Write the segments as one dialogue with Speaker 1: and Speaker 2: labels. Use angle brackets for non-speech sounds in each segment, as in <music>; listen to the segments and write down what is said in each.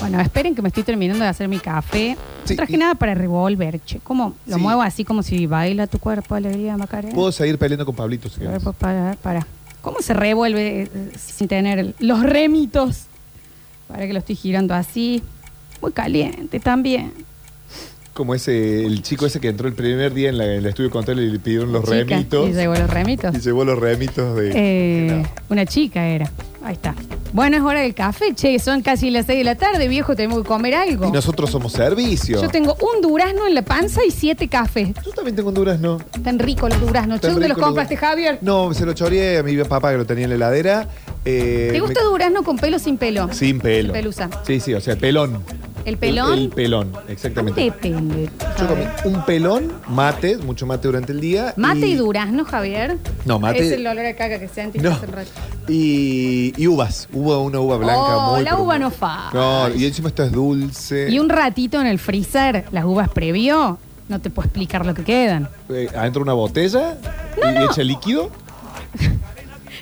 Speaker 1: Bueno, esperen que me estoy terminando de hacer mi café.
Speaker 2: Sí,
Speaker 1: no traje
Speaker 2: y-
Speaker 1: nada para revolver, che. ¿Cómo? Lo
Speaker 2: Sí.
Speaker 1: muevo así como si baila tu cuerpo, alegría, Macarena.
Speaker 2: Puedo seguir peleando con Pablito. si
Speaker 1: A ver,
Speaker 2: querés.
Speaker 1: pues, para, para. ¿Cómo se revuelve eh, sin tener el- los remitos? Para que lo estoy girando así. Muy caliente también.
Speaker 2: Como ese, el chico ese que entró el primer día en, la- en el estudio contable y le pidieron los
Speaker 1: Chica,
Speaker 2: remitos.
Speaker 1: Y llegó los remitos.
Speaker 2: Y llevó los remitos de.
Speaker 1: Eh,
Speaker 2: de nada.
Speaker 1: una chica era. Ahí está. Bueno, es hora del café, che. Son casi las 6 de la tarde, viejo. Tenemos que comer algo.
Speaker 2: Y nosotros somos servicio.
Speaker 1: Yo tengo un durazno en la panza y siete cafés.
Speaker 2: Yo también tengo Honduras, ¿no?
Speaker 1: Tan ricos los duraznos. Che,
Speaker 2: Tan
Speaker 1: ¿Dónde los
Speaker 2: rico los
Speaker 1: compraste,
Speaker 2: duraznos.
Speaker 1: Javier?
Speaker 2: No, se lo choreé a mi papá que lo tenía en la heladera. Eh,
Speaker 1: ¿Te gusta
Speaker 2: me-
Speaker 1: durazno con pelo o sin pelo?
Speaker 2: Sin pelo.
Speaker 1: Sin pelusa.
Speaker 2: Sí, sí, o sea, pelón.
Speaker 1: ¿El pelón?
Speaker 2: El, el pelón, exactamente.
Speaker 1: Depende.
Speaker 2: Yo comí
Speaker 1: Javier.
Speaker 2: un pelón, mate, mucho mate durante el día.
Speaker 1: Mate y, durazno, Javier.
Speaker 2: No, mate-
Speaker 1: Es el olor a caca que sentiste
Speaker 2: No.
Speaker 1: hace un rato.
Speaker 2: Y, y uvas. Hubo una uva blanca
Speaker 1: Oh,
Speaker 2: muy.
Speaker 1: la
Speaker 2: pero-
Speaker 1: uva no falla.
Speaker 2: No, eh. y encima esto es dulce.
Speaker 1: Y un ratito en el freezer, las uvas previo, no te puedo explicar lo que quedan.
Speaker 2: Eh, adentro una botella
Speaker 1: No,
Speaker 2: y
Speaker 1: no.
Speaker 2: echa líquido,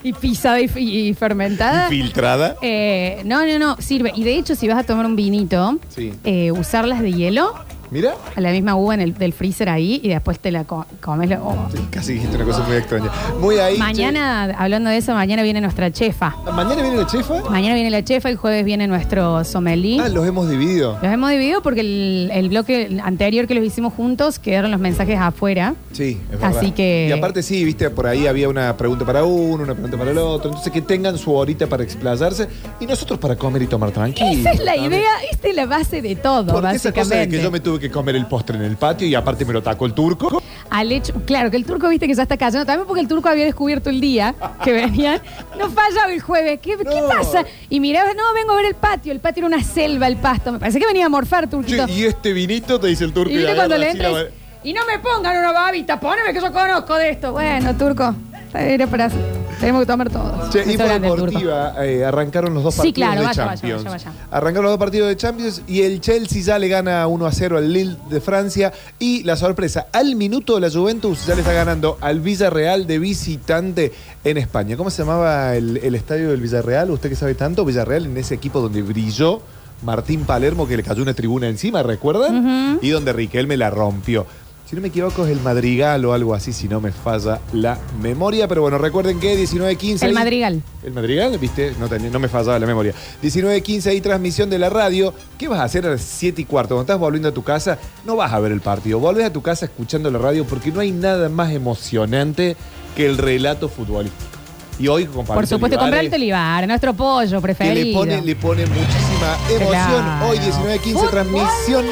Speaker 1: Y pisada y, fi- y fermentada.
Speaker 2: filtrada.
Speaker 1: Eh, no, no, no, sirve. Y de hecho, si vas a tomar un vinito,
Speaker 2: Sí.
Speaker 1: eh, usarlas de hielo,
Speaker 2: Mira,
Speaker 1: a la misma uva en el, del freezer ahí, y después te la co- comes. la- oh.
Speaker 2: casi dijiste una cosa muy extraña. Muy ahí. che.
Speaker 1: Mañana, hablando de eso, mañana viene nuestra chefa.
Speaker 2: Mañana viene la chefa.
Speaker 1: Mañana viene la chefa, el jueves viene nuestro sommelier.
Speaker 2: Ah, los hemos dividido.
Speaker 1: Los hemos dividido porque el, el bloque anterior que los hicimos juntos quedaron los mensajes afuera.
Speaker 2: Sí, es verdad.
Speaker 1: Así que-
Speaker 2: Y aparte sí, viste, por ahí había una pregunta para uno, una pregunta para el otro. Entonces que tengan su horita para explayarse y nosotros para comer y tomar tranquilo.
Speaker 1: Esa es la
Speaker 2: ¿sabes?
Speaker 1: idea, esta es la base de todo,
Speaker 2: Porque esa cosa de
Speaker 1: básicamente.
Speaker 2: que yo me tuve que comer el postre en el patio y aparte me lo tacó el turco.
Speaker 1: Al hecho, claro, que el turco viste que ya está cayendo, también porque el turco había descubierto el día que venían, no fallaba el jueves, ¿qué, qué
Speaker 2: No.
Speaker 1: pasa? Y miraba, no, vengo a ver el patio, el patio era una selva, el pasto, me parece que venía a morfar,
Speaker 2: Che,
Speaker 1: turquito.
Speaker 2: y este vinito te dice el turco.
Speaker 1: Y viste
Speaker 2: agarra
Speaker 1: cuando le
Speaker 2: así la-
Speaker 1: entres, y no me pongan una babita, poneme que yo conozco de esto. Bueno, turco, era para, tenemos que tomar todo.
Speaker 2: Che, y
Speaker 1: Beso
Speaker 2: por
Speaker 1: grande al turco.
Speaker 2: deportiva eh, arrancaron los dos
Speaker 1: Sí,
Speaker 2: partidos
Speaker 1: claro,
Speaker 2: de
Speaker 1: vaya, vaya,
Speaker 2: Champions.
Speaker 1: vaya, vaya.
Speaker 2: Arrancaron los dos partidos de Champions y el Chelsea ya le gana 1 a 0 al Lille de Francia y la sorpresa, al minuto de la Juventus ya le está ganando al Villarreal de visitante en España. ¿Cómo se llamaba el, el estadio del Villarreal? Usted que sabe tanto, Villarreal en ese equipo donde brilló Martín Palermo que le cayó una tribuna encima, ¿recuerdan? Y donde Riquelme la rompió. Si no me equivoco es el Madrigal o algo así, si no me falla la memoria. Pero bueno, recuerden que 19-15...
Speaker 1: El
Speaker 2: ahí-
Speaker 1: Madrigal.
Speaker 2: el Madrigal, viste, no, tenía- no me fallaba la memoria. 19.15 ahí transmisión de la radio. ¿Qué vas a hacer a las 7 y cuarto? Cuando estás volviendo a tu casa, no vas a ver el partido. Volves a tu casa escuchando la radio porque no hay nada más emocionante que el relato futbolístico. Y hoy con
Speaker 1: Por supuesto, comprar el Tolibar, nuestro pollo
Speaker 2: que
Speaker 1: preferido.
Speaker 2: le pone, le pone muchísima emoción.
Speaker 1: Claro.
Speaker 2: Hoy 19.15
Speaker 1: Fútbol.
Speaker 2: transmisión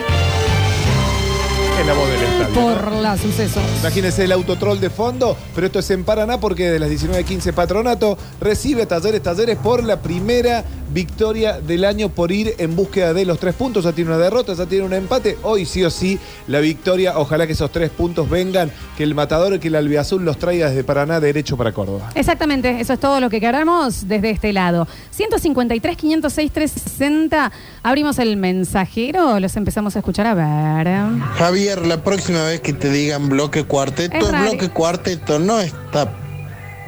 Speaker 2: en la voz del estadio.
Speaker 1: Por la sucesos.
Speaker 2: Imagínense el autotrol de fondo, pero esto es en Paraná porque de las 19.15 Patronato recibe a Talleres Talleres por la primera victoria del año por ir en búsqueda de los tres puntos. Ya tiene una derrota, ya tiene un empate. Hoy sí o sí la victoria. Ojalá que esos tres puntos vengan, que el matador, que el albiazul los traiga desde Paraná derecho para Córdoba.
Speaker 1: Exactamente, eso es todo lo que queramos desde este lado. 153, 506, 360. Abrimos el mensajero, los empezamos a escuchar a ver.
Speaker 3: Javier, la próxima vez que te digan bloque cuarteto,
Speaker 1: Es raro.
Speaker 3: bloque cuarteto, no esta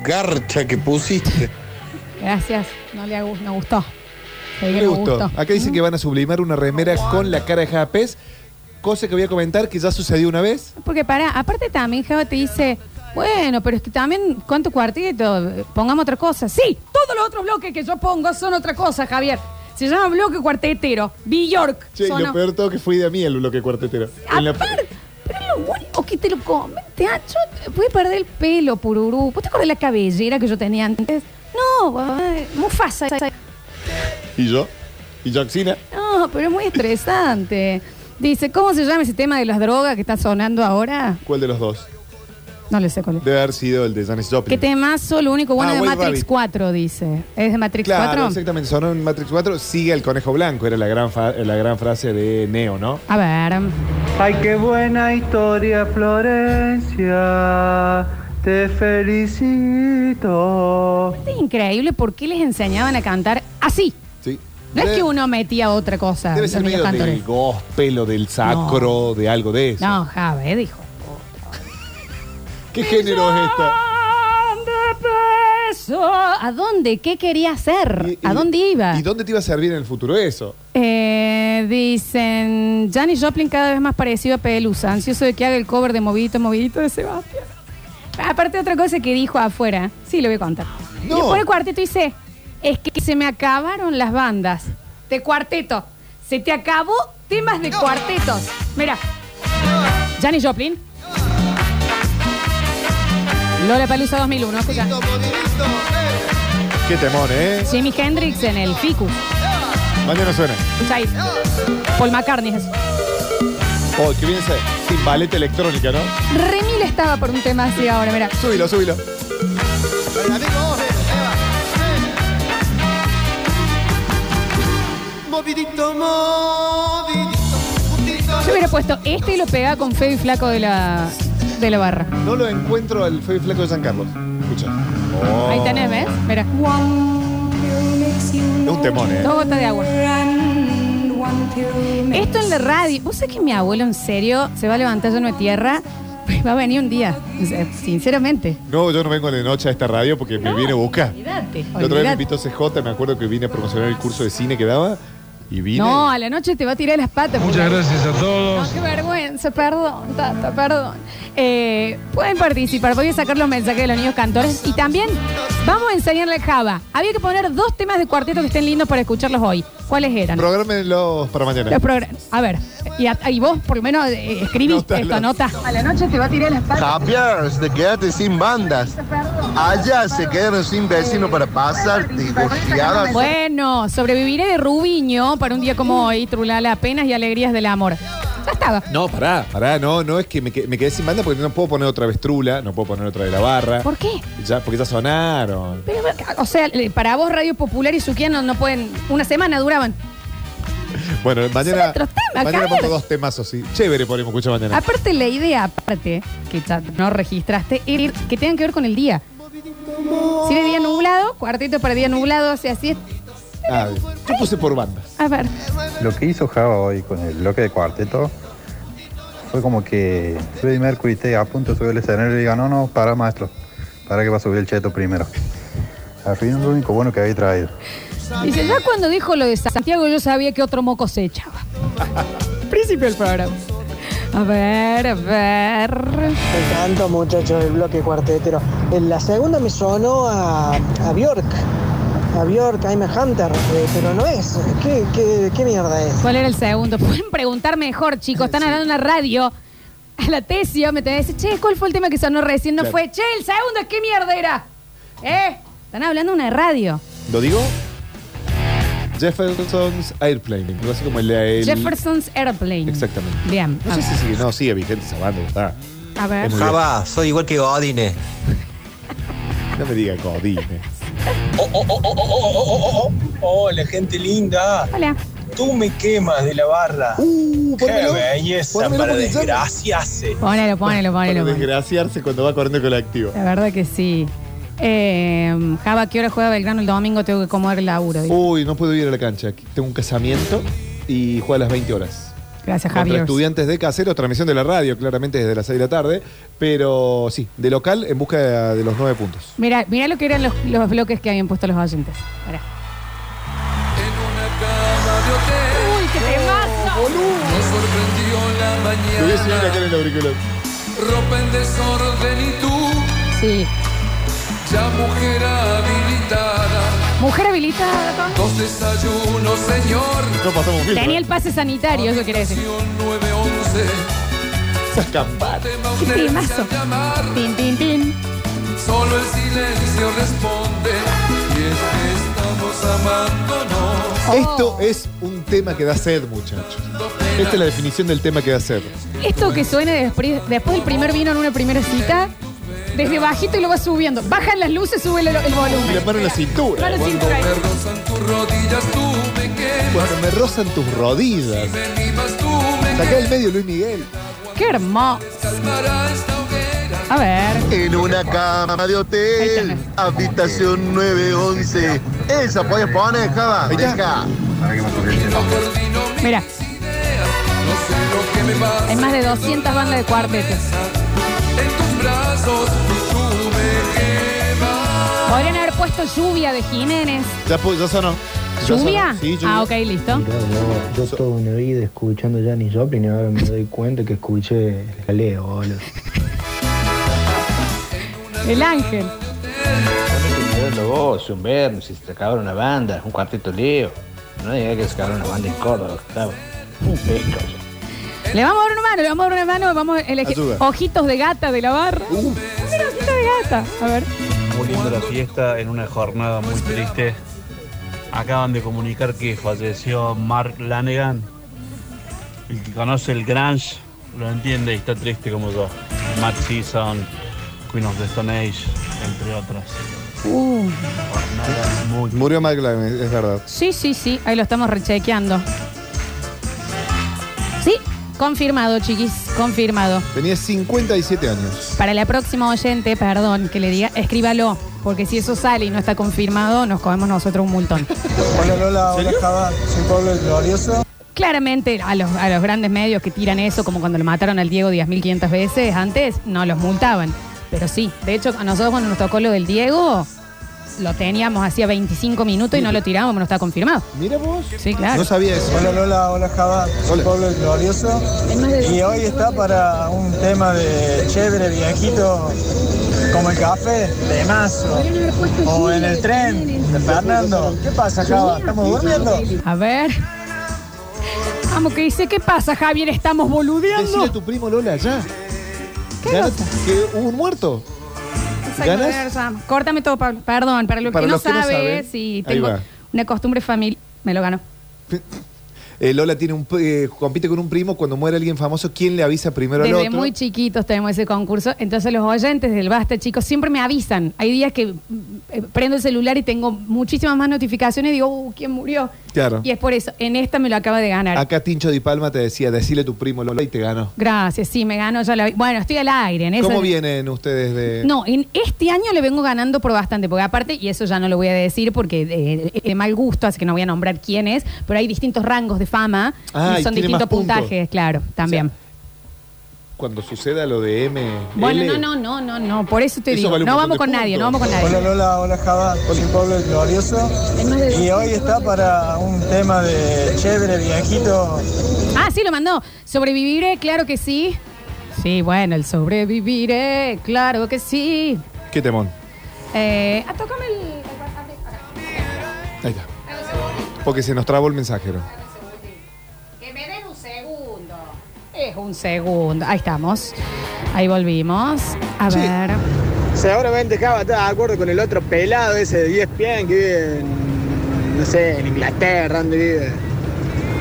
Speaker 3: garcha que pusiste.
Speaker 1: Gracias, no le hago- no gustó. Se ve que
Speaker 2: Me
Speaker 1: no
Speaker 2: gustó.
Speaker 1: gustó.
Speaker 2: Acá dice que van a sublimar una remera con la cara de Japes, cosa que voy a comentar que ya sucedió una vez.
Speaker 1: Porque para, aparte también Java te dice, bueno, pero es que también, ¿cuánto cuarteto? Pongamos otra cosa. Sí, todos los otros bloques que yo pongo son otra cosa, Javier. Se llama bloque cuartetero, Bjork.
Speaker 2: Che, y
Speaker 1: sonó.
Speaker 2: lo peor todo que fui de a mí el bloque cuartetero. En la-
Speaker 1: Aparte, pero es lo único que te lo comen. Te ha hecho, puede perder el pelo, pururú. ¿Vos te acordás de la cabellera que yo tenía antes? No, guay, Mufasa.
Speaker 2: Y yo, y Jacksina.
Speaker 1: No, pero es muy estresante. Dice, ¿cómo se llama ese tema de las drogas que está sonando ahora?
Speaker 2: ¿Cuál de los dos?
Speaker 1: No le sé cuál es.
Speaker 2: Debe haber sido el de Janis
Speaker 1: ¿Qué
Speaker 2: Joplin.
Speaker 1: temazo? Lo único bueno
Speaker 2: Ah,
Speaker 1: de
Speaker 2: White
Speaker 1: Matrix
Speaker 2: Rabbit.
Speaker 1: 4, dice. ¿Es de Matrix
Speaker 2: Claro,
Speaker 1: 4?
Speaker 2: exactamente. Sonó en Matrix 4. Sigue el conejo blanco. Era la gran, fa- la gran frase de Neo, ¿no?
Speaker 1: A ver.
Speaker 4: Ay, qué buena historia, Florencia. Te felicito.
Speaker 1: Es increíble por qué les enseñaban a cantar así.
Speaker 2: Sí.
Speaker 1: No es
Speaker 2: Debe-
Speaker 1: que uno metía otra cosa.
Speaker 2: Debe
Speaker 1: los
Speaker 2: ser
Speaker 1: niños
Speaker 2: medio
Speaker 1: cantores.
Speaker 2: del gospel o del sacro, de algo de eso.
Speaker 1: No, Jave, dijo.
Speaker 2: ¿Qué género es esta?
Speaker 1: ¿A dónde? ¿Qué quería hacer?
Speaker 2: Y- y-
Speaker 1: ¿A dónde iba?
Speaker 2: ¿Y dónde te iba a servir en el futuro eso?
Speaker 1: Eh, Eh, dicen, Janis Joplin cada vez más parecido a Pelusa, ansioso de que haga el cover de Movidito, Movidito de Sebastián. Aparte otra cosa que dijo afuera, sí, lo voy a contar. Y
Speaker 2: No.
Speaker 1: después el cuarteto dice, es que se me acabaron las bandas de cuarteto. Se te acabó temas de cuartetos. Mira, Janis Joplin. Lola Palusa 2001, escucha.
Speaker 2: Qué temor, ¿eh?
Speaker 1: Jimi Hendrix en el Ficus.
Speaker 2: Mañana suena.
Speaker 1: Escucha ahí. Paul McCartney es eso.
Speaker 2: Oh, qué bien ese timbalete electrónica, ¿no?
Speaker 1: Remil estaba por un tema así ahora, mira.
Speaker 2: Súbilo, súbilo.
Speaker 5: Movidito, movidito, movidito.
Speaker 1: Yo hubiera puesto este y lo pegaba con feo y flaco de la, de la barra.
Speaker 2: No lo encuentro al feo y flaco de San Carlos. Escucha. Oh.
Speaker 1: Ahí tenés, ¿ves? Mira.
Speaker 2: Es un temor, ¿eh?
Speaker 1: Dos gotas de agua. Esto en la radio. ¿Vos sabés que mi abuelo en serio se va a levantar lleno de tierra? Pues Va a venir un día, O sea, sinceramente.
Speaker 2: No, yo no vengo de noche a esta radio porque me viene a buscar.
Speaker 1: Olvídate.
Speaker 2: La otra vez me
Speaker 1: olvídate.
Speaker 2: invitó CJ, me acuerdo que vine a promocionar el curso de cine que daba y vine.
Speaker 1: No, a la noche te va a tirar las patas.
Speaker 6: Muchas gracias a
Speaker 1: No,
Speaker 6: todos.
Speaker 1: qué vergüenza, perdón, tata, perdón. Eh, pueden participar, voy a sacar los mensajes de los niños cantores y también vamos a enseñarle Java. Había que poner dos temas de cuarteto que estén lindos para escucharlos hoy. ¿Cuáles eran?
Speaker 2: Programenlos para mañana.
Speaker 1: Los progra- a ver, y, a- y vos por lo menos eh, escribís
Speaker 2: Anótalo.
Speaker 1: esto, nota. A la noche te va a tirar las
Speaker 3: Javier, te quedaste sin bandas. Allá se quedaron sin vecino para pasarte. Gosteadas.
Speaker 1: Bueno, sobreviviré de Rubiño para un día como hoy, trulala, penas y alegrías del amor. Ya estaba.
Speaker 2: No, pará. Pará, no, no es que me, que- me quedé sin banda porque no puedo poner otra vestrula, no puedo poner otra de la barra.
Speaker 1: ¿Por qué?
Speaker 2: Ya, porque ya sonaron.
Speaker 1: Pero, o sea, para vos Radio Popular y Suquía no, no pueden, una semana duraban.
Speaker 2: Bueno, mañana.
Speaker 1: otros temas,
Speaker 2: mañana
Speaker 1: Javier.
Speaker 2: pongo dos temazos, sí. Chévere ponemos, escucha mañana.
Speaker 1: Aparte, la idea, aparte, que ya no registraste, es que tengan que ver con el día. Si es día nublado, cuartito para día nublado, o sea, así es.
Speaker 2: Ah, yo puse por bandas.
Speaker 1: A ver,
Speaker 7: Lo que hizo Java hoy con el bloque de cuarteto fue como que Freddie Mercury esté a punto de subir el escenario y le diga, no, no, para maestro, para que va a subir el cheto primero. Al fin lo único bueno que había traído.
Speaker 1: dice, ya cuando dijo lo de Santiago, yo sabía que otro moco se echaba. Principio del programa. A ver, a ver.
Speaker 8: Me encanta muchachos el bloque cuartetero. En la segunda me sonó a, a Bjork. A Bjork, a Amy Hunter, eh, pero no es. ¿Qué, qué, qué mierda es?
Speaker 1: ¿Cuál era el segundo? <laughs> Pueden preguntar mejor, chicos. Están hablando en la radio. A la tesio me tenés que decir, che, ¿cuál fue el tema que sonó recién? No
Speaker 2: Claro.
Speaker 1: fue, che, el segundo, ¿qué mierda era? ¿Eh? Están hablando en una radio.
Speaker 2: ¿Lo digo? Jefferson's Airplane. Algo así como el, el-
Speaker 1: Jefferson's Airplane.
Speaker 2: Exactamente.
Speaker 1: Bien.
Speaker 2: No
Speaker 1: a
Speaker 2: sé
Speaker 1: ver.
Speaker 2: si sigue. No, sigue vigente esa banda, está.
Speaker 1: A ver.
Speaker 2: Es muy bien.
Speaker 9: Java, soy igual que Godine.
Speaker 2: No me diga Godine.
Speaker 10: Hola, gente linda.
Speaker 1: Hola.
Speaker 10: Tú me quemas de la barra.
Speaker 2: Uh,
Speaker 10: Qué belleza
Speaker 2: Pónmelo
Speaker 10: para eh.
Speaker 2: porque ya-
Speaker 10: desgraciarse.
Speaker 1: Ponelo, ponelo,
Speaker 2: Para
Speaker 1: ponelo. ponelo.
Speaker 2: desgraciarse cuando va corriendo con el activo.
Speaker 1: La verdad que sí. Eh, Java, ¿qué hora juega Belgrano el domingo? Tengo que acomodar el laburo. dice.
Speaker 2: Uy, no puedo ir a la cancha. Tengo un casamiento y juega a las 20 horas.
Speaker 1: Gracias,
Speaker 2: Contra
Speaker 1: Javier.
Speaker 2: estudiantes de caseros, transmisión de la radio, claramente desde las 6 de la tarde. Pero sí, de local en busca de los 9 puntos.
Speaker 1: Mira, mira lo que eran los, los bloques que habían puesto los oyentes. Pará. Uy, qué temazo.
Speaker 2: Te voy a enseñar acá en el auricular.
Speaker 6: Ropa en desorden y tú,
Speaker 1: Sí.
Speaker 6: ya mujer habilitada.
Speaker 1: Mujer habilitada, Tom.
Speaker 6: Dos desayunos, señor.
Speaker 2: No pasamos bien. <laughs>
Speaker 1: Tenía el pase sanitario, eso quiere decir.
Speaker 6: Habitación 911.
Speaker 2: Esas campanas.
Speaker 6: Tema
Speaker 1: Qué
Speaker 6: urgente
Speaker 1: temazo.
Speaker 6: al llamar.
Speaker 1: Tin, tin, tin.
Speaker 6: Solo el silencio responde. Y es que estamos amándonos.
Speaker 1: Oh.
Speaker 2: Esto es un tema que da sed, muchachos. Esta es la definición del tema que da sed.
Speaker 1: Esto que suena después, después del primer vino en una primera cita, desde bajito y lo va subiendo. Bajan las luces, sube el, el volumen.
Speaker 2: Y la mano en la cintura.
Speaker 1: Mano en la cintura.
Speaker 6: Me rozan tus rodillas, tú me quemas.
Speaker 2: Cuando me rozan tus rodillas.
Speaker 6: Me mimas, tú me
Speaker 2: Sacá del
Speaker 6: quemas.
Speaker 2: medio, Luis Miguel.
Speaker 1: Qué hermoso.
Speaker 6: Calmará esta hoguera.
Speaker 1: A ver.
Speaker 3: En una cama de hotel, habitación 911. Esa podías poner, Java.
Speaker 2: Ahí está.
Speaker 3: Deja.
Speaker 7: Para que va a subir el cheto.
Speaker 6: Coordino mis
Speaker 1: Mira.
Speaker 6: ideas. No sé lo que me pasa.
Speaker 1: Hay más de 200 bandas de cuartetos.
Speaker 6: En tus brazos tú me quemas.
Speaker 1: Podrían haber puesto lluvia de Jiménez.
Speaker 2: Ya, pu- ya sonó. Yo
Speaker 1: ¿Lluvia?
Speaker 2: sonó- sí, lluvia.
Speaker 1: Ah, ok, listo.
Speaker 8: Mirá, yo, yo toda una vida escuchando Janis Joplin y ahora me doy cuenta que escuché la Leo, boludo.
Speaker 1: El ángel.
Speaker 10: vos, un verno, si se te acabaron una banda, un cuarteto lío. No digas que se acabaron una banda en Córdoba, Gustavo. Un pesco.
Speaker 1: Le vamos a dar una mano, le vamos a dar una mano, vamos a elegir
Speaker 2: Ayuda. Uh.
Speaker 1: ojitos de gata de la barra. Vamos a hacer ojitos de gata. A ver.
Speaker 9: Muy linda la fiesta en una jornada muy triste. Acaban de comunicar que falleció Mark Lanegan. El que conoce el Grange lo entiende y está triste como yo. Matt Season, Queen of the Stone Age, entre otras.
Speaker 1: Uh,
Speaker 9: Jornada muy
Speaker 2: Murió McLaren, es- es verdad.
Speaker 1: sí, sí, sí. Ahí lo estamos rechequeando. Sí, confirmado, chiquis. Confirmado.
Speaker 2: Tenía 57 años.
Speaker 1: Para la próxima oyente, perdón que le diga, escríbalo. Porque si eso sale y no está confirmado, nos comemos nosotros un multón.
Speaker 8: Hola Lola, hola Java, soy Pablo el Glorioso.
Speaker 1: Claramente a los, a los grandes medios que tiran eso, como cuando lo mataron al Diego 10.500 veces antes, no los multaban. Pero sí, de hecho, a nosotros cuando nos tocó lo del Diego, lo teníamos hacía 25 minutos y no lo tirábamos, no está confirmado.
Speaker 2: Mira vos.
Speaker 1: Sí, claro.
Speaker 2: No sabía eso.
Speaker 8: Hola Lola, hola Java, soy
Speaker 2: Hola.
Speaker 8: Pablo el Glorioso. Y hoy está para un tema de chévere viejito como el café, de mazo. O en el tren, de Fernando. ¿Qué pasa Java? ¿Estamos durmiendo?
Speaker 1: A ver. Vamos, que dice, ¿qué pasa, Javier? Estamos
Speaker 2: Decile a
Speaker 1: boludeando.
Speaker 2: tu primo Lola ya.
Speaker 1: ¿Qué
Speaker 2: Gana-
Speaker 1: cosa?
Speaker 2: Que hubo un muerto.
Speaker 1: Exacto,
Speaker 2: ¿Ganas?
Speaker 1: a ver, Sam. Córtame todo, Pablo. Perdón, para los
Speaker 2: Para
Speaker 1: que
Speaker 2: los
Speaker 1: no
Speaker 2: que no
Speaker 1: sabe,
Speaker 2: saben,
Speaker 1: si
Speaker 2: ahí
Speaker 1: tengo
Speaker 2: va.
Speaker 1: una costumbre familiar, me lo ganó.
Speaker 2: Eh, Lola tiene un, eh, compite con un primo. Cuando muere alguien famoso, ¿quién le avisa primero al
Speaker 1: Desde
Speaker 2: otro?
Speaker 1: muy chiquitos tenemos ese concurso. Entonces los oyentes del Basta, chicos, siempre me avisan. Hay días que mm, eh, prendo el celular y tengo muchísimas más notificaciones y digo, uh, ¿quién murió?
Speaker 2: Claro.
Speaker 1: Y es por eso. En esta me lo acaba de ganar.
Speaker 2: Acá Tincho Di Palma te decía, decile a tu primo Lola y te ganó.
Speaker 1: Gracias, sí, me ganó. Yo la vi. Bueno, estoy al aire. En eso-
Speaker 2: ¿Cómo vienen ustedes de...?
Speaker 1: No, en este año le vengo ganando por bastante, porque aparte, y eso ya no lo voy a decir porque eh, es de mal gusto, así que no voy a nombrar quién es, pero hay distintos rangos de fama
Speaker 2: Ah,
Speaker 1: y
Speaker 2: y
Speaker 1: son
Speaker 2: tiene
Speaker 1: distintos
Speaker 2: más puntos.
Speaker 1: puntajes, claro, también.
Speaker 2: Cuando suceda lo de M.
Speaker 1: bueno, no, no, no, no, no, por eso te
Speaker 2: Eso
Speaker 1: digo,
Speaker 2: vale un
Speaker 1: no
Speaker 2: montón
Speaker 1: vamos
Speaker 2: de
Speaker 1: con nadie,
Speaker 2: puntos.
Speaker 1: no vamos con nadie.
Speaker 8: Hola Lola, hola Java, soy Pablo el Glorioso. Y hoy está para un tema de chévere viejito
Speaker 1: Ah, sí, lo mandó. Sobreviviré, claro que sí. Sí, bueno, el sobreviviré, claro que sí.
Speaker 2: Qué temón.
Speaker 1: Eh, ah, tócame el... el WhatsApp de- acá.
Speaker 2: Ahí está. Porque se nos trabó el mensajero.
Speaker 1: Que me den un segundo. Es un segundo. Ahí estamos. Ahí volvimos. A
Speaker 2: Sí.
Speaker 1: ver.
Speaker 8: Seguramente Java está de acuerdo con el otro pelado ese de E 10 pies que vive en, no sé, en Inglaterra, donde vive.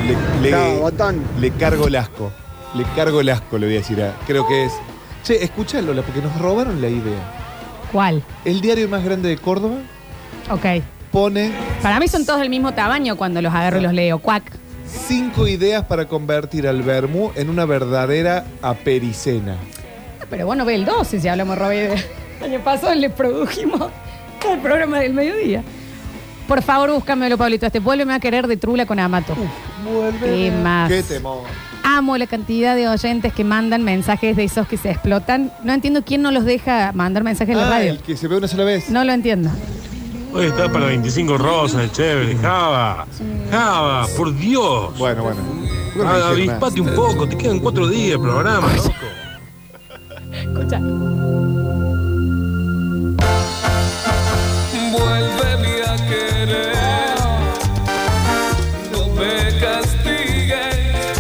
Speaker 2: Le, le-
Speaker 8: No, botón.
Speaker 2: le cargo el asco. Le cargo el asco, le voy a decir. a- Creo que es... Che, escuchá, Lola, porque nos robaron la idea.
Speaker 1: ¿Cuál?
Speaker 2: El diario más grande de Córdoba
Speaker 1: Ok.
Speaker 2: pone
Speaker 1: Para mí son todos del mismo tamaño cuando los agarro y los leo. Cuac.
Speaker 2: cinco ideas para convertir al vermú en una verdadera apericena.
Speaker 1: Ah, Pero bueno, ve el 12 si hablamos, Robé. El <laughs> año pasado le produjimos <laughs> el programa del mediodía. Por favor, búscamelo, Pablito. Este vuelve a querer de trula con Amato. ¿Qué más?
Speaker 2: Qué temón.
Speaker 1: Amo la cantidad de oyentes que mandan mensajes de esos que se explotan. No entiendo quién no los deja mandar mensajes en la
Speaker 2: Ah,
Speaker 1: radio.
Speaker 2: el que se ve una sola vez.
Speaker 1: No lo entiendo.
Speaker 9: Hoy está para 25 rosas, chévere. Java, Java, por Dios.
Speaker 2: Bueno, bueno. No
Speaker 1: Ah,
Speaker 2: me dijeron nada.
Speaker 9: avispate un poco, te quedan cuatro días el programa, loco.
Speaker 1: Escucha.
Speaker 6: Vuelve a querer, no me castigues.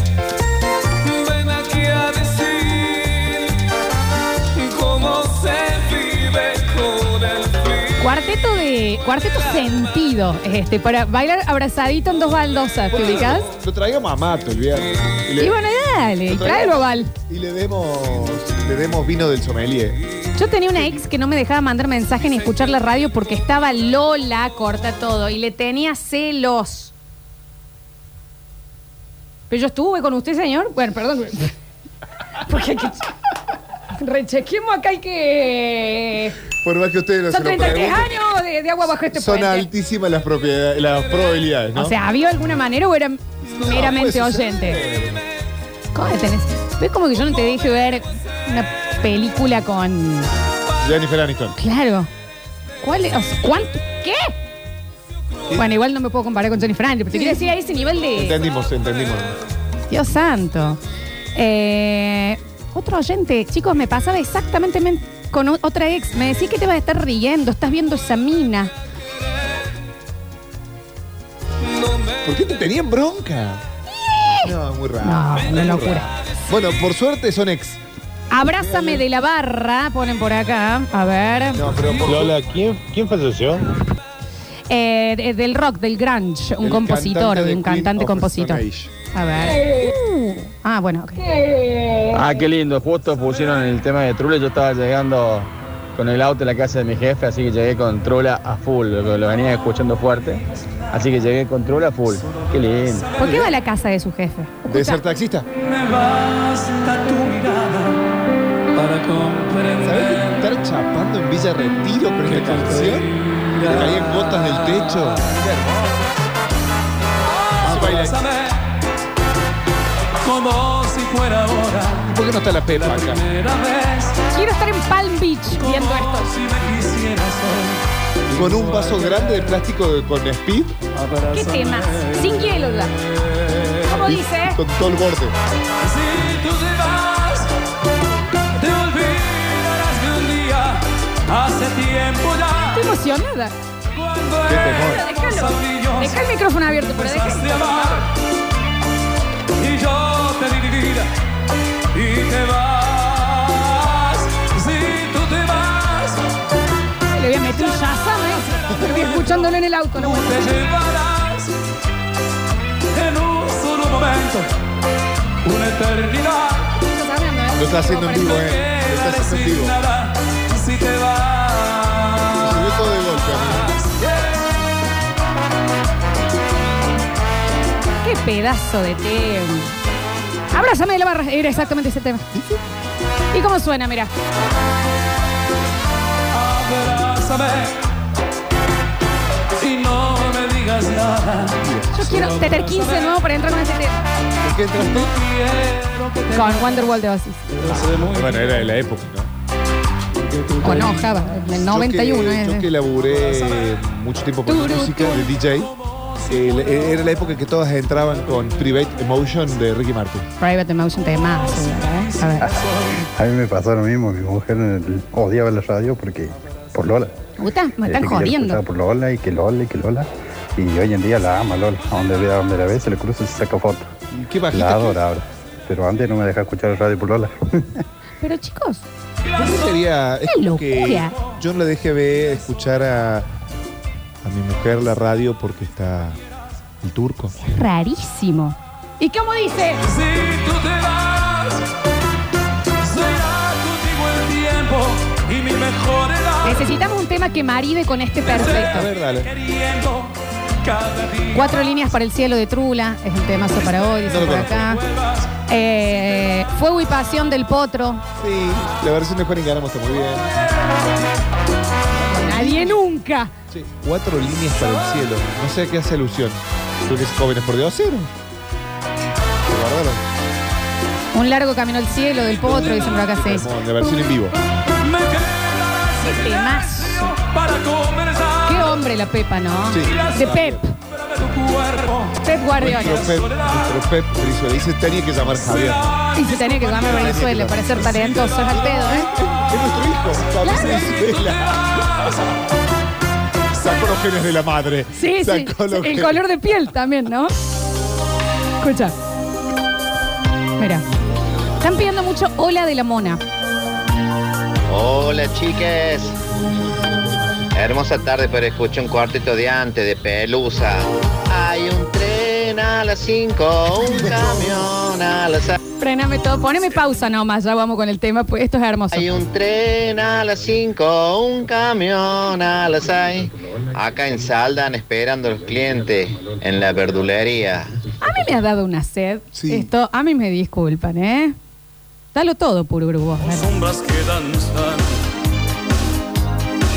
Speaker 6: Ven aquí a decir cómo se vive con el frío.
Speaker 1: Cuarteto de. Cuarteto sentido es este. Para bailar abrazadito en dos baldosas, ¿te ubicas?
Speaker 2: Lo traigamos a Mato el viernes. Y le,
Speaker 1: Y bueno, dale, trae el bobal.
Speaker 2: y le demos, le demos vino del sommelier.
Speaker 1: Yo tenía una ex que no me dejaba mandar mensaje ni escuchar la radio porque estaba Lola, corta todo, y le tenía celos. Pero yo estuve con usted, señor. Bueno,
Speaker 2: <laughs>
Speaker 1: perdón. Porque hay que. Rechequemos acá hay que.
Speaker 2: Por más que ustedes no
Speaker 1: Son
Speaker 2: se lo
Speaker 1: 33
Speaker 2: pregunten,
Speaker 1: años de, de agua bajo este
Speaker 2: Son
Speaker 1: puente.
Speaker 2: altísimas las propiedades, las probabilidades, ¿no? Ah, pues,
Speaker 1: O sea, ¿había alguna manera o era meramente
Speaker 2: puede eh.
Speaker 1: oyente? ¿Cómo que tenés? ¿Ves como que yo no te dije ver una película con.
Speaker 2: Jennifer Aniston.
Speaker 1: Claro. ¿Cuál es? ¿Cuánto? ¿Qué? Bueno, igual no me puedo comparar con Johnny Franklin, pero te quiero decir a ese nivel de...
Speaker 2: Entendimos, entendimos.
Speaker 1: Dios santo. Eh, otro oyente, chicos, me pasaba exactamente men- con o- otra ex. Me decís que te vas a estar riendo, estás viendo esa mina.
Speaker 2: ¿Por qué te tenían bronca? No, muy raro.
Speaker 1: No, una
Speaker 2: Muy
Speaker 1: locura.
Speaker 2: raro. Bueno, por suerte son ex.
Speaker 1: Abrázame de la barra, ponen por acá. A ver.
Speaker 2: No, pero por
Speaker 10: Lola, ¿quién, quién falleció?
Speaker 1: Eh, de- del rock, del grunge, un
Speaker 2: El
Speaker 1: compositor,
Speaker 2: cantante de
Speaker 1: un
Speaker 2: Queen
Speaker 1: cantante
Speaker 2: of the
Speaker 1: compositor.
Speaker 2: Stone Age.
Speaker 1: A ver. Ah, bueno, ok.
Speaker 11: Ah, qué lindo, justo pusieron el tema de Trula, yo estaba llegando con el auto a la casa de mi jefe, así que llegué con Trula a full, lo, lo venía escuchando fuerte, así que llegué con Trula a full, qué lindo.
Speaker 1: ¿Por qué va a la casa de su jefe?
Speaker 2: ¿De ser taxista?
Speaker 5: Me basta tu mirada para
Speaker 2: ¿Sabés
Speaker 5: comprender.
Speaker 2: que estar chapando en Villa Retiro con esta canción? Te caían gotas del techo. Ah,
Speaker 5: Abrázame como si fuera ahora
Speaker 2: ¿Y por qué no está la pepa acá?
Speaker 5: primera vez
Speaker 1: Quiero estar en Palm Beach viendo esto.
Speaker 5: si me quisieras hoy.
Speaker 2: Con un vaso grande de plástico de- con speed
Speaker 1: ¿Qué tema? Sin hielo ya. ¿Cómo
Speaker 2: y
Speaker 1: dice?
Speaker 2: con todo el borde.
Speaker 5: Si tú te vas, te olvidarás de un día hace tiempo ya
Speaker 1: Estoy emocionada.
Speaker 5: cuando
Speaker 2: Qué temor.
Speaker 1: Pero
Speaker 5: éramos
Speaker 1: déjalo.
Speaker 5: amigos.
Speaker 1: Deja el micrófono abierto, pero deja.
Speaker 5: Empezaste a amar y yo te di mi vida y te vas. Si tú te vas,
Speaker 1: Ay, Le voy a meter un shazam, ¿eh? Pero voy escuchándolo en el auto, no
Speaker 5: te llevarás en un solo momento una eternidad.
Speaker 2: Lo está haciendo en vivo,
Speaker 5: Me
Speaker 2: eh. Lo está
Speaker 5: quedaré
Speaker 2: haciendo en vivo.
Speaker 5: sin nada si te vas.
Speaker 2: Subió todo de golpe, amigo.
Speaker 1: Qué pedazo de tema. Abrázame de la barra. Era exactamente ese tema. ¿Y cómo suena? Mira.
Speaker 5: Abrázame y no me digas nada.
Speaker 1: Yo quiero tener 15 de nuevo para entrar con ese tema.
Speaker 2: ¿Por qué entraste?
Speaker 5: Quiero que te
Speaker 1: Con Wonderwall de Oasis.
Speaker 5: lo sé muy
Speaker 2: Bueno, era de la época, ¿no?
Speaker 1: O no, Java. En el
Speaker 2: Yo
Speaker 1: 91.
Speaker 2: que-
Speaker 1: eh.
Speaker 2: Yo que, laburé mucho tiempo con
Speaker 1: Turu,
Speaker 2: música de
Speaker 1: turu.
Speaker 2: DJ. el- e, era la época en que todas entraban con Private Emotion de Ricky Martin.
Speaker 1: eh. Private Emotion tema. eh. A
Speaker 2: Ah,
Speaker 1: ver.
Speaker 7: A mí me pasó lo mismo, mi mujer eh, odiaba la radio porque por Lola.
Speaker 1: Puta, me
Speaker 7: Decía
Speaker 1: están
Speaker 7: que yo la escuchaba
Speaker 1: jodiendo.
Speaker 7: Por Lola y que Lola y que Lola. Y hoy en día la ama Lola. A donde vea, donde la ve, se le cruza y se saca foto.
Speaker 2: Y Qué
Speaker 7: La
Speaker 2: bajita.
Speaker 7: adora ahora. Pero antes no me dejaba escuchar la radio por Lola.
Speaker 1: Pero chicos,
Speaker 2: que- ¿Qué sería? Es
Speaker 1: Qué
Speaker 2: como que
Speaker 1: locura.
Speaker 2: yo no la dejé ver escuchar a, a mi mujer la radio porque está el turco.
Speaker 1: rarísimo. ¿Y cómo dice?
Speaker 5: Si tú te vas, será contigo el tiempo y mi mejor edad.
Speaker 1: Necesitamos un tema que maride con este
Speaker 2: A
Speaker 1: perfecto.
Speaker 2: ver, dale.
Speaker 5: Queriendo cada día
Speaker 1: Cuatro líneas para el cielo de Trula, es un temazo para hoy, dice
Speaker 2: No lo
Speaker 1: por
Speaker 2: conozco.
Speaker 1: acá. Eh, Fuego y pasión del potro.
Speaker 2: Sí, la versión de Juan Ingaramo está muy bien.
Speaker 1: Nadie nunca.
Speaker 2: Sí, cuatro líneas para el cielo. No sé a qué hace alusión. Creo que es jóvenes por Dios, ¿cero? Lo guardaron.
Speaker 1: Un largo camino al cielo del potro, dicen por acá sí.
Speaker 2: Como La versión en vivo.
Speaker 5: me quedarás
Speaker 1: Qué temazo.
Speaker 5: para conversar.
Speaker 1: Qué hombre la Pepa, ¿no?
Speaker 2: Sí.
Speaker 1: De Pep,
Speaker 5: Qué tu cuerpo.
Speaker 1: Pep Guardiola.
Speaker 2: Nuestro Pep, nuestro Pep Brizuela. Dice, tenía que llamar Javier.
Speaker 1: Y se tenía que llamar Venezuela para ser talentoso, es al pedo, ¿eh?
Speaker 2: Es nuestro hijo, Pablo Brizuela. Sacó los genes de la madre.
Speaker 1: Sí, sí.
Speaker 2: Sacó los
Speaker 1: El
Speaker 2: genes.
Speaker 1: color de piel también, ¿no? Escucha. Mira. Están pidiendo mucho Hola de la Mona.
Speaker 12: Hola chiques. Hermosa tarde para escuchar un cuarteto de antes de Pelusa. Hay un tren a las 5, un camión a las a-
Speaker 1: Frename todo, poneme pausa nomás, ya vamos con el tema, pues esto es hermoso.
Speaker 12: Hay un tren a las 5, un camión a las 6. Acá en Saldan esperando los clientes en la verdulería.
Speaker 1: A mí me ha dado una sed.
Speaker 2: Sí.
Speaker 1: Esto, a mí me disculpan, ¿eh? Dalo todo, puro grupo.
Speaker 5: Sombras que danzan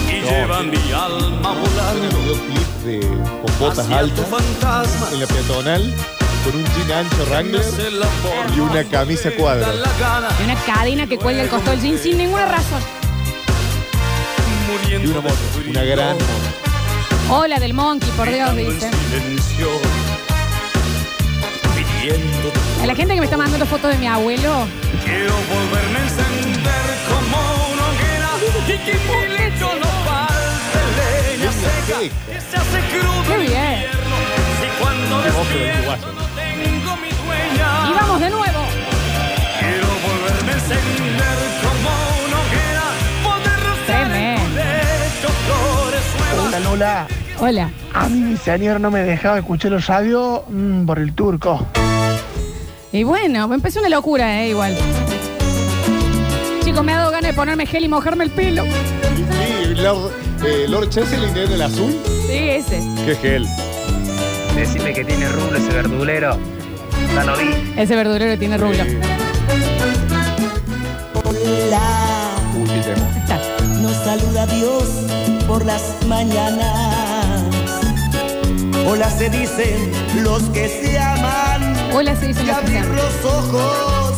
Speaker 5: y llevan mi alma a volar.
Speaker 2: Tiene un videoclip de con botas
Speaker 5: Hacia tu
Speaker 2: altas
Speaker 5: fantasma.
Speaker 2: en la peatonal con un jean ancho Wrangler
Speaker 5: Hace la forma
Speaker 2: y una camisa
Speaker 5: da
Speaker 2: cuadra.
Speaker 5: la gana,
Speaker 1: Y una cadena que cuelga el costado del jean sin ninguna razón.
Speaker 2: Y
Speaker 5: muriendo
Speaker 2: una moto,
Speaker 5: de frío.
Speaker 2: una gran moto.
Speaker 1: Hola del monkey, por Dios, dice.
Speaker 5: Silencio, pidiendo
Speaker 1: A la gente que me está mandando fotos de mi abuelo,
Speaker 5: Quiero volverme a encender como una hoguera y que mi lecho no falte leña seca que se hace crudo
Speaker 1: Qué
Speaker 5: en
Speaker 1: bien.
Speaker 5: invierno si cuando despierto no tengo mi dueña
Speaker 1: Y vamos de nuevo.
Speaker 5: Quiero volverme a encender como una hoguera poder rozar en tu
Speaker 1: Tremendo.
Speaker 5: lecho flores
Speaker 13: Hola Lola.
Speaker 1: Hola.
Speaker 13: A mí mi señor no me dejaba escuchar los sabios mm, por el turco.
Speaker 1: Y bueno, empezó una locura, eh, igual. Chicos, me ha dado ganas de ponerme gel y mojarme el pelo.
Speaker 2: Sí, Lord, eh, Lord Cheselin en el azul.
Speaker 1: Sí, ese.
Speaker 2: Qué gel.
Speaker 14: Decime que tiene rublo ese verdulero. Ya lo vi.
Speaker 1: Ese verdurero tiene rublo.
Speaker 15: Uy, qué temo.
Speaker 8: Nos saluda Dios por las mañanas. Hola se dicen los que se aman.
Speaker 1: Hola se dicen
Speaker 8: y
Speaker 1: los que se
Speaker 8: abrir
Speaker 1: aman.
Speaker 8: los ojos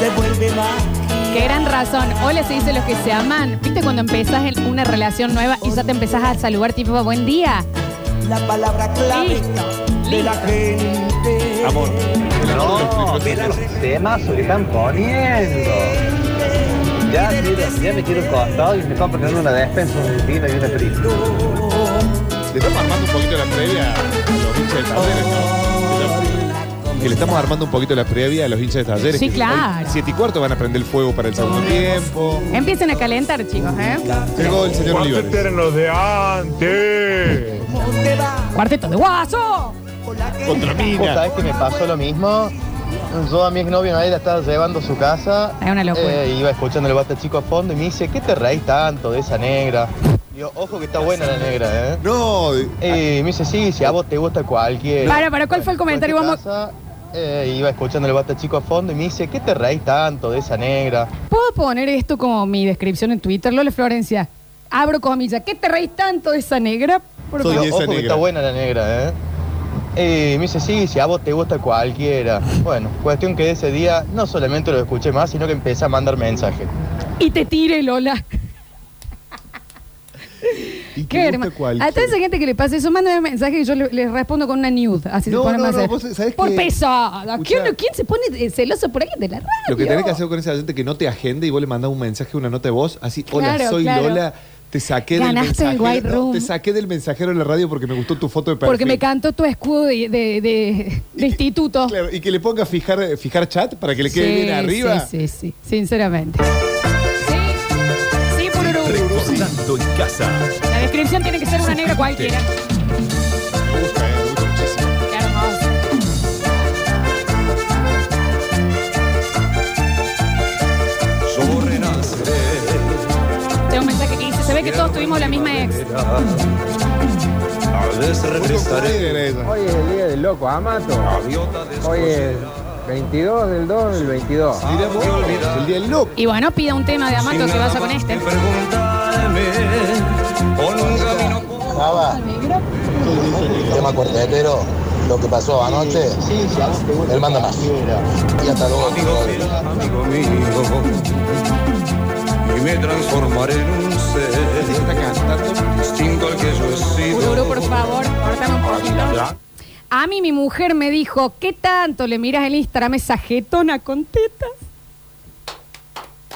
Speaker 8: se vuelve magia.
Speaker 1: Qué gran razón. Hola se dice los que se aman. ¿Viste cuando empezás en una relación nueva y ya te empezás a saludar tipo buen día?
Speaker 8: La palabra clave de la gente.
Speaker 2: Amor.
Speaker 16: No, mira los temas que están poniendo. Ya, mira, ya me quiero un costado y me están poniendo una despensa, un vino y una frita.
Speaker 2: Le estamos armando un poquito la previa a los hinchas de talleres, ¿no? Que le estamos armando un poquito la previa a los hinchas de talleres.
Speaker 1: Sí,
Speaker 2: que
Speaker 1: claro.
Speaker 2: hoy, Siete y cuarto van a prender el fuego para el segundo tiempo.
Speaker 1: Empiecen a calentar, chicos, ¿eh?
Speaker 2: Llegó el señor Olivares.
Speaker 5: los de antes.
Speaker 1: Cuarteto de guaso.
Speaker 5: Contra mina.
Speaker 17: Vos sabés que me pasó lo mismo. Yo a mi exnovio nadie la estaba llevando a su casa.
Speaker 1: Es una locura.
Speaker 17: Eh, iba escuchando el bate chico a fondo y me dice, ¿qué te reís tanto de esa negra? Digo, ojo que está buena la negra, ¿eh?
Speaker 2: No.
Speaker 17: Y me dice, sí, si a vos te gusta
Speaker 5: eh,
Speaker 17: cualquier.
Speaker 1: Ah. Para, para, ¿cuál fue el comentario? Vamos.
Speaker 17: Eh, iba escuchando el bate chico a fondo y me dice, ¿qué te reís tanto de esa negra?
Speaker 1: ¿Puedo poner esto como mi descripción en Twitter? Lola Florencia, abro comillas. ¿Qué te reís tanto de esa negra? Por
Speaker 17: Digo,
Speaker 1: favor.
Speaker 17: ojo que está buena la negra, ¿eh? Y me dice, sí, si a vos te gusta cualquiera. Bueno, cuestión que ese día no solamente lo escuché más, sino que empecé a mandar mensajes.
Speaker 1: Y te tire, Lola. <laughs>
Speaker 2: Y
Speaker 1: Qué herma- Ah, A toda esa gente que le pasa eso, mándame un mensaje y yo le- les respondo con una nude. Así se
Speaker 2: No,
Speaker 1: pone
Speaker 2: no,
Speaker 1: más
Speaker 2: no,
Speaker 1: cerca.
Speaker 2: vos sabés
Speaker 1: Por
Speaker 2: que-
Speaker 1: pesada. ¿Quién,
Speaker 2: Escuchá.
Speaker 1: quién se pone eh, celoso por ahí de la radio?
Speaker 2: Lo que tenés que hacer con esa gente que no te agende y vos le mandás un mensaje, una nota de voz, así, hola,
Speaker 1: Claro,
Speaker 2: soy
Speaker 1: claro.
Speaker 2: Lola, te saqué del
Speaker 1: Ganaste el
Speaker 2: mensajero.
Speaker 1: White
Speaker 2: no,
Speaker 1: Room.
Speaker 2: te saqué del mensajero en la radio porque me gustó tu foto de perfil.
Speaker 1: Porque me cantó tu escudo de, de- de- de instituto.
Speaker 2: Claro, y que le ponga fijar, fijar chat para que le quede
Speaker 1: Sí,
Speaker 2: bien arriba.
Speaker 1: Sí, sí, sí, sinceramente. Sí, sí, por
Speaker 5: Recordando en casa.
Speaker 1: La descripción tiene que ser una negra cualquiera. Qué hermoso.
Speaker 5: Yo renaceré.
Speaker 1: Tengo un mensaje que dice, se ve que todos tuvimos la misma ex.
Speaker 5: A veces regresaré.
Speaker 18: Hoy es el día del loco, Amato. Hoy es 22 del 2 del 22.
Speaker 2: El día del loco.
Speaker 1: Y bueno, pida un tema de Amato que vas a con este.
Speaker 3: Java, tema cuartetero, lo que pasó anoche, él manda más. Y hasta luego.
Speaker 5: Amigo mío. Y me transformaré en un ser distinto al que yo he sido.
Speaker 1: Ururu, por favor, cortame un poquito. A mí mi mujer me dijo, ¿qué tanto le miras el Instagram esa jetona con tetas?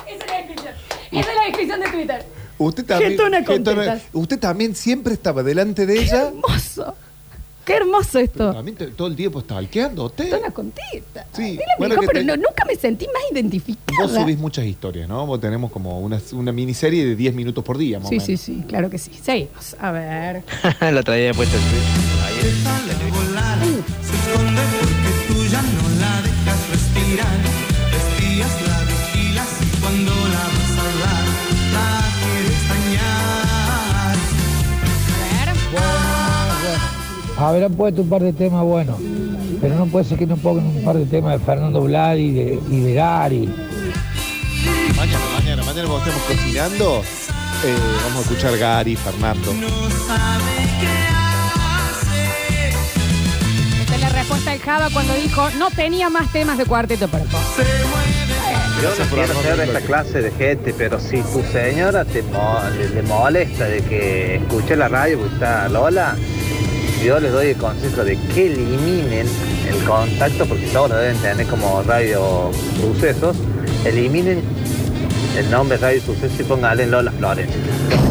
Speaker 1: Esa es la descripción. Esa es la descripción de Twitter.
Speaker 2: Usted también,
Speaker 1: Gentona con
Speaker 2: Gentona-
Speaker 1: tetas.
Speaker 2: usted también siempre estaba delante de
Speaker 1: Qué
Speaker 2: ella.
Speaker 1: hermoso. Qué hermoso esto.
Speaker 2: También te- todo el tiempo estaba alqueando usted.
Speaker 1: Jetona con tetas.
Speaker 2: Sí,
Speaker 1: Él me
Speaker 2: bueno,
Speaker 1: dijo,
Speaker 2: que
Speaker 1: pero
Speaker 2: te-
Speaker 1: no, nunca me sentí más identificada.
Speaker 2: Vos subís muchas historias, ¿no? Vos tenemos como una, una miniserie de 10 minutos por día, más o
Speaker 1: Sí,
Speaker 2: menos.
Speaker 1: sí, sí, claro que sí. Seguimos. A ver.
Speaker 16: Lo traía puesto el
Speaker 5: Cuando la vas a hablar, la quieres dañar.
Speaker 18: Habrán puesto un par de temas buenos, pero no puede ser que no pongan un par de temas de Fernando Vlad y de, y de Gary.
Speaker 2: Mañana, mañana, mañana cuando estemos cocinando, eh, vamos a escuchar Gary, Fernando.
Speaker 1: Esta es la respuesta de Java cuando dijo, no tenía más temas de cuarteto para vos.
Speaker 5: Yo
Speaker 2: Gracias
Speaker 5: no
Speaker 2: por
Speaker 5: quiero
Speaker 2: armarnos
Speaker 5: ser de
Speaker 2: un
Speaker 5: esta
Speaker 2: bloque.
Speaker 5: clase de gente, pero si tu señora te mo- le, le molesta de que escuche la radio porque está Lola, yo les doy el consejo de que eliminen el contacto, porque todos lo deben tener como radio sucesos, eliminen el nombre radio sucesos y pónganle Lola Flores,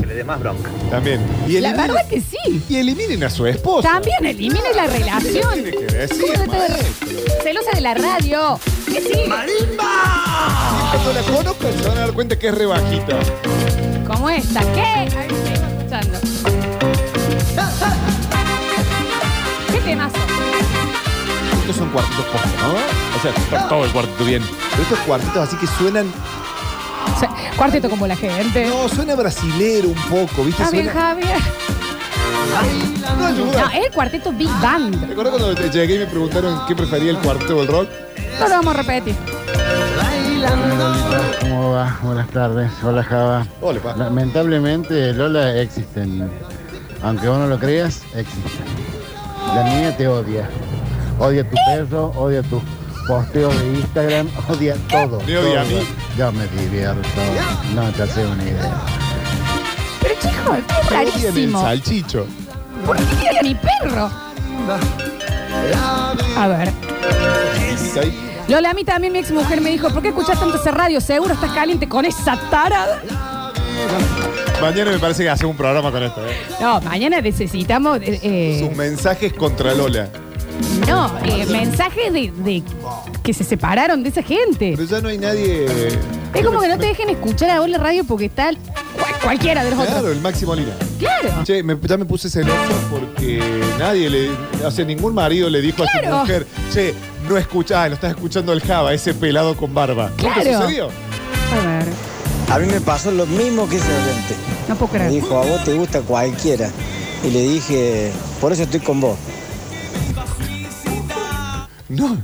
Speaker 5: que le dé más bronca.
Speaker 2: También. Y
Speaker 1: La
Speaker 2: eliminen-
Speaker 1: verdad que sí.
Speaker 2: y eliminen a su esposa.
Speaker 1: También elimine la relación.
Speaker 2: ¿Qué tiene que decir,
Speaker 1: ¿Cómo no te- Celosa de la radio. ¿Qué sí?
Speaker 2: Cuando la conozcan se van a dar cuenta que es rebajita.
Speaker 1: ¿Cómo esta? ¿Qué? A ver si sigo escuchando. ¿Qué temazo?
Speaker 2: Estos son cuartitos poco, ¿no? O sea, está todo el cuartito bien. Pero estos cuartitos así que suenan.
Speaker 1: O sea, cuarteto como la gente.
Speaker 2: No, suena brasilero un poco, ¿viste?
Speaker 1: Está bien,
Speaker 2: suena.
Speaker 1: Javier.
Speaker 2: No, ayuda.
Speaker 1: No, es el cuarteto Big Band.
Speaker 2: ¿Te acuerdas cuando te llegué y me preguntaron qué prefería el cuarteto o el rock?
Speaker 1: No lo vamos a repetir.
Speaker 7: ¿Cómo va? Buenas tardes. Hola Java.
Speaker 2: Hola, pa.
Speaker 7: Lamentablemente Lola existen. Aunque vos no lo creas, existen. La niña te odia. Odia tu perro, odia tus posteos de Instagram, <laughs> odia todo.
Speaker 2: Me odia a
Speaker 7: todo.
Speaker 2: mí.
Speaker 7: Yo me divierto. No te hace una idea.
Speaker 1: Pero chicos, es
Speaker 2: Me odian el
Speaker 1: rarísimo.
Speaker 2: salchicho.
Speaker 1: ¿Por qué quiere a mi perro? A ver. Lola, a mí también mi ex mujer me dijo, ¿por qué escuchás tanto esa radio? Seguro estás caliente con esa tarada.
Speaker 2: Mañana me parece que hacemos un programa con esto, ¿eh?
Speaker 1: No, mañana necesitamos. eh, eh,
Speaker 2: Sus mensajes contra Lola.
Speaker 1: no, eh, mensajes de, de que se separaron de esa gente.
Speaker 2: Pero ya no hay nadie.
Speaker 1: Es como que no te dejen escuchar a vos la radio porque está el- cual- cualquiera de los
Speaker 2: Claro,
Speaker 1: otros.
Speaker 2: el máximo Lina.
Speaker 1: Claro.
Speaker 2: Che, me- ya me puse celoso porque nadie le. O sea, ningún marido le dijo a su
Speaker 1: Claro.
Speaker 2: mujer, che, no escuchás, lo estás escuchando el Java, ese pelado con barba. ¿Nunca
Speaker 1: Claro.
Speaker 2: sucedió?
Speaker 1: A ver,
Speaker 8: A mí me pasó lo mismo que ese oyente.
Speaker 1: no puedo
Speaker 8: Me
Speaker 1: creer.
Speaker 8: dijo, a vos te gusta cualquiera. Y le dije, por eso estoy con vos.
Speaker 2: No,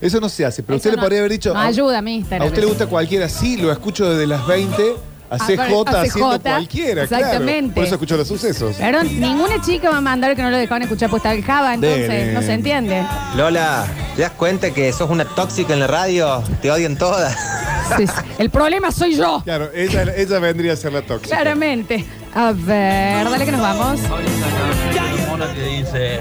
Speaker 2: eso no se hace. Pero usted le
Speaker 1: no-
Speaker 2: podría haber dicho.
Speaker 1: no
Speaker 2: a-
Speaker 1: ayuda a mí,
Speaker 2: A usted le gusta cualquiera, sí, lo escucho desde las 20. A
Speaker 1: A ver,
Speaker 2: CJ
Speaker 1: Ah, a
Speaker 2: haciendo
Speaker 1: CJ,
Speaker 2: cualquiera,
Speaker 1: exactamente.
Speaker 2: claro. Por eso escucho los sucesos.
Speaker 1: Perdón, ninguna chica va a mandar que no lo dejaban escuchar pues estaba el Java, entonces
Speaker 2: Dele.
Speaker 1: no se entiende.
Speaker 19: Lola, ¿te das cuenta que sos una tóxica en la radio? Te odian todas.
Speaker 1: Sí, sí. El problema soy yo,
Speaker 2: Claro, ella, ella vendría a ser la tóxica.
Speaker 1: claramente. A ver, dale que nos vamos.
Speaker 20: Mona que dice,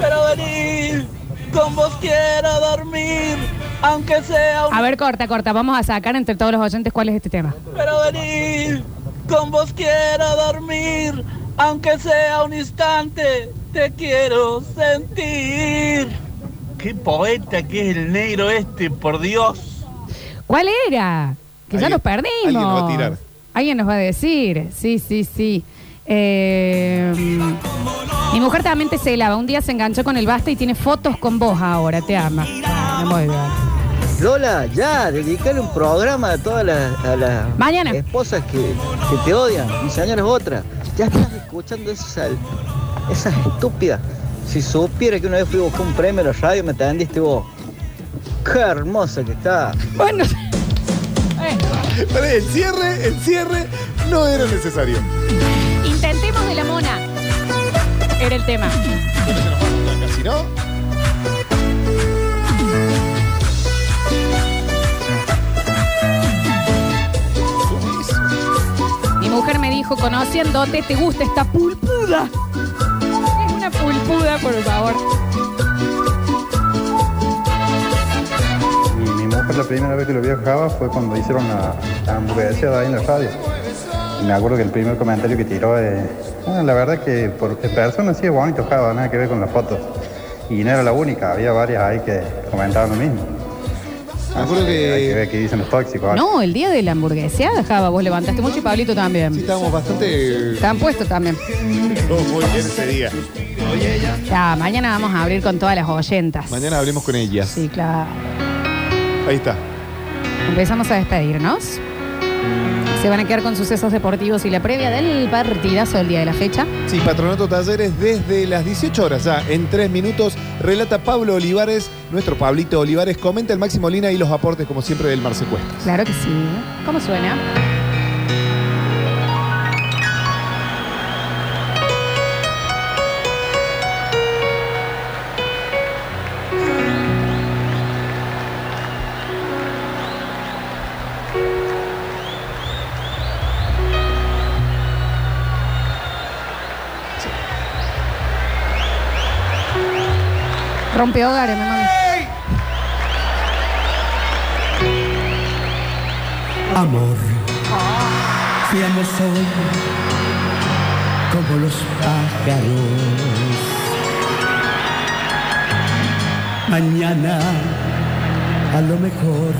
Speaker 21: Pero venir, con vos quiero dormir, aunque sea un...
Speaker 1: A ver, corta, corta. Vamos a sacar entre todos los oyentes cuál es este tema.
Speaker 21: Pero venir, con vos quiero dormir, aunque sea un instante, te quiero sentir.
Speaker 20: qué poeta que es el negro este, por Dios.
Speaker 1: ¿Cuál era? Que ya
Speaker 20: Alguien-
Speaker 1: nos perdimos.
Speaker 20: alguien nos va a tirar.
Speaker 1: Alguien nos va a decir. Sí, sí, sí. Eh, mi mujer también te celaba. Un día se enganchó con el basta y tiene fotos con vos ahora. Te ama. Bueno, muy bien.
Speaker 22: Lola, ya, dedicarle un programa a todas las, a las
Speaker 1: Mañana.
Speaker 22: esposas que, que te odian. Mi señora es otra. Ya estás escuchando esas, esas estúpidas. Si supieras que una vez fui a buscar un premio en la radio, me atendiste vos. Qué hermosa que está.
Speaker 1: Bueno. Eh,
Speaker 2: Pero el cierre, el cierre no era necesario.
Speaker 1: Intentemos de la mona. Era el tema.
Speaker 2: Si no,
Speaker 1: Mi mujer me dijo, conociéndote, te gusta esta pulpuda. Es una pulpuda, por favor.
Speaker 23: Mi, mi mujer la primera vez que lo vio a Java fue cuando hicieron la, la hamburguesa de ahí en la radio. Y me acuerdo que el primer comentario que tiró es, "Ah, la verdad que por en persona sí es bonito Java, nada que ver con las fotos. Y no era la única, había varias ahí que comentaban lo mismo. Me acuerdo que... Hay que ver qué dicen los tóxicos. ahora.
Speaker 1: No, el día de la hamburgueseada, Java, vos levantaste mucho y Pablito también. Sí,
Speaker 2: estábamos bastante.
Speaker 1: Están puestos también.
Speaker 2: no, muy bien ese día.
Speaker 1: Ya, mañana vamos a abrir con todas las oyentas.
Speaker 2: Mañana hablemos con ellas.
Speaker 1: Sí, claro.
Speaker 2: Ahí está.
Speaker 1: Empezamos a despedirnos. Se van a quedar con sucesos deportivos y la previa del partidazo del día de la fecha.
Speaker 2: Sí, Patronato Talleres desde las 18 horas ya, en tres minutos, relata Pablo Olivares, nuestro Pablito Olivares, comenta el Máximo Lina y los aportes, como siempre, del Marce Cuesta.
Speaker 1: Claro que sí. ¿Cómo suena? Rompe hogares, mi mami.
Speaker 8: Amor, seamos hoy como los pájaros. Mañana a lo mejor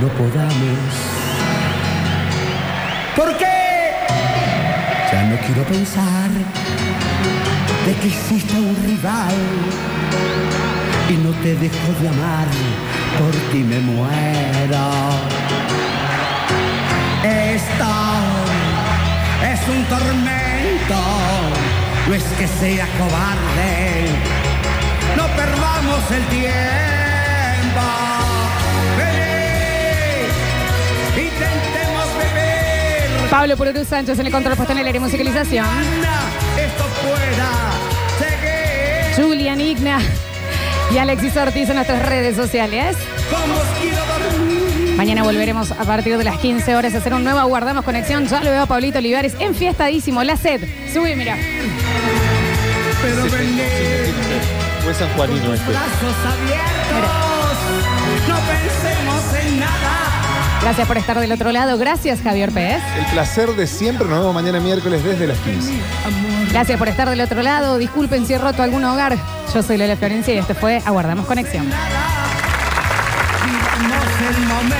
Speaker 8: no podamos. ¿Por qué? Ya no quiero pensar de que exista un rival y no te dejo de amar, por ti me muero. Esto es un tormento, no es que sea cobarde, no perdamos el tiempo. Vení, intentemos beber.
Speaker 1: Pablo Pururu Sánchez en el control puesto en el aire musicalización.
Speaker 8: Esto pueda seguir.
Speaker 1: Julian Igna y Alexis Ortiz en nuestras redes sociales.
Speaker 8: Como quiero dormir.
Speaker 1: Mañana volveremos a partir de las 15 horas a hacer un nuevo Guardamos Conexión. Ya lo veo a Pablito Olivares enfiestadísimo. La sed. Sube, mira.
Speaker 8: Pero vení.
Speaker 2: Fue San Juanino este.
Speaker 8: Brazos abiertos. No pensemos en nada.
Speaker 1: Gracias por estar del otro lado. Gracias, Javier Pérez.
Speaker 2: El placer de siempre. Nos vemos mañana miércoles desde las 15.
Speaker 1: Gracias por estar del otro lado. Disculpen si he roto algún hogar. Yo soy Lola Florencia y esto fue Aguardamos Conexión.
Speaker 8: Vivamos el momento.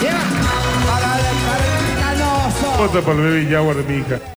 Speaker 8: Lleva para despertarnos.
Speaker 5: Otra para el bebé y agua de mi hija.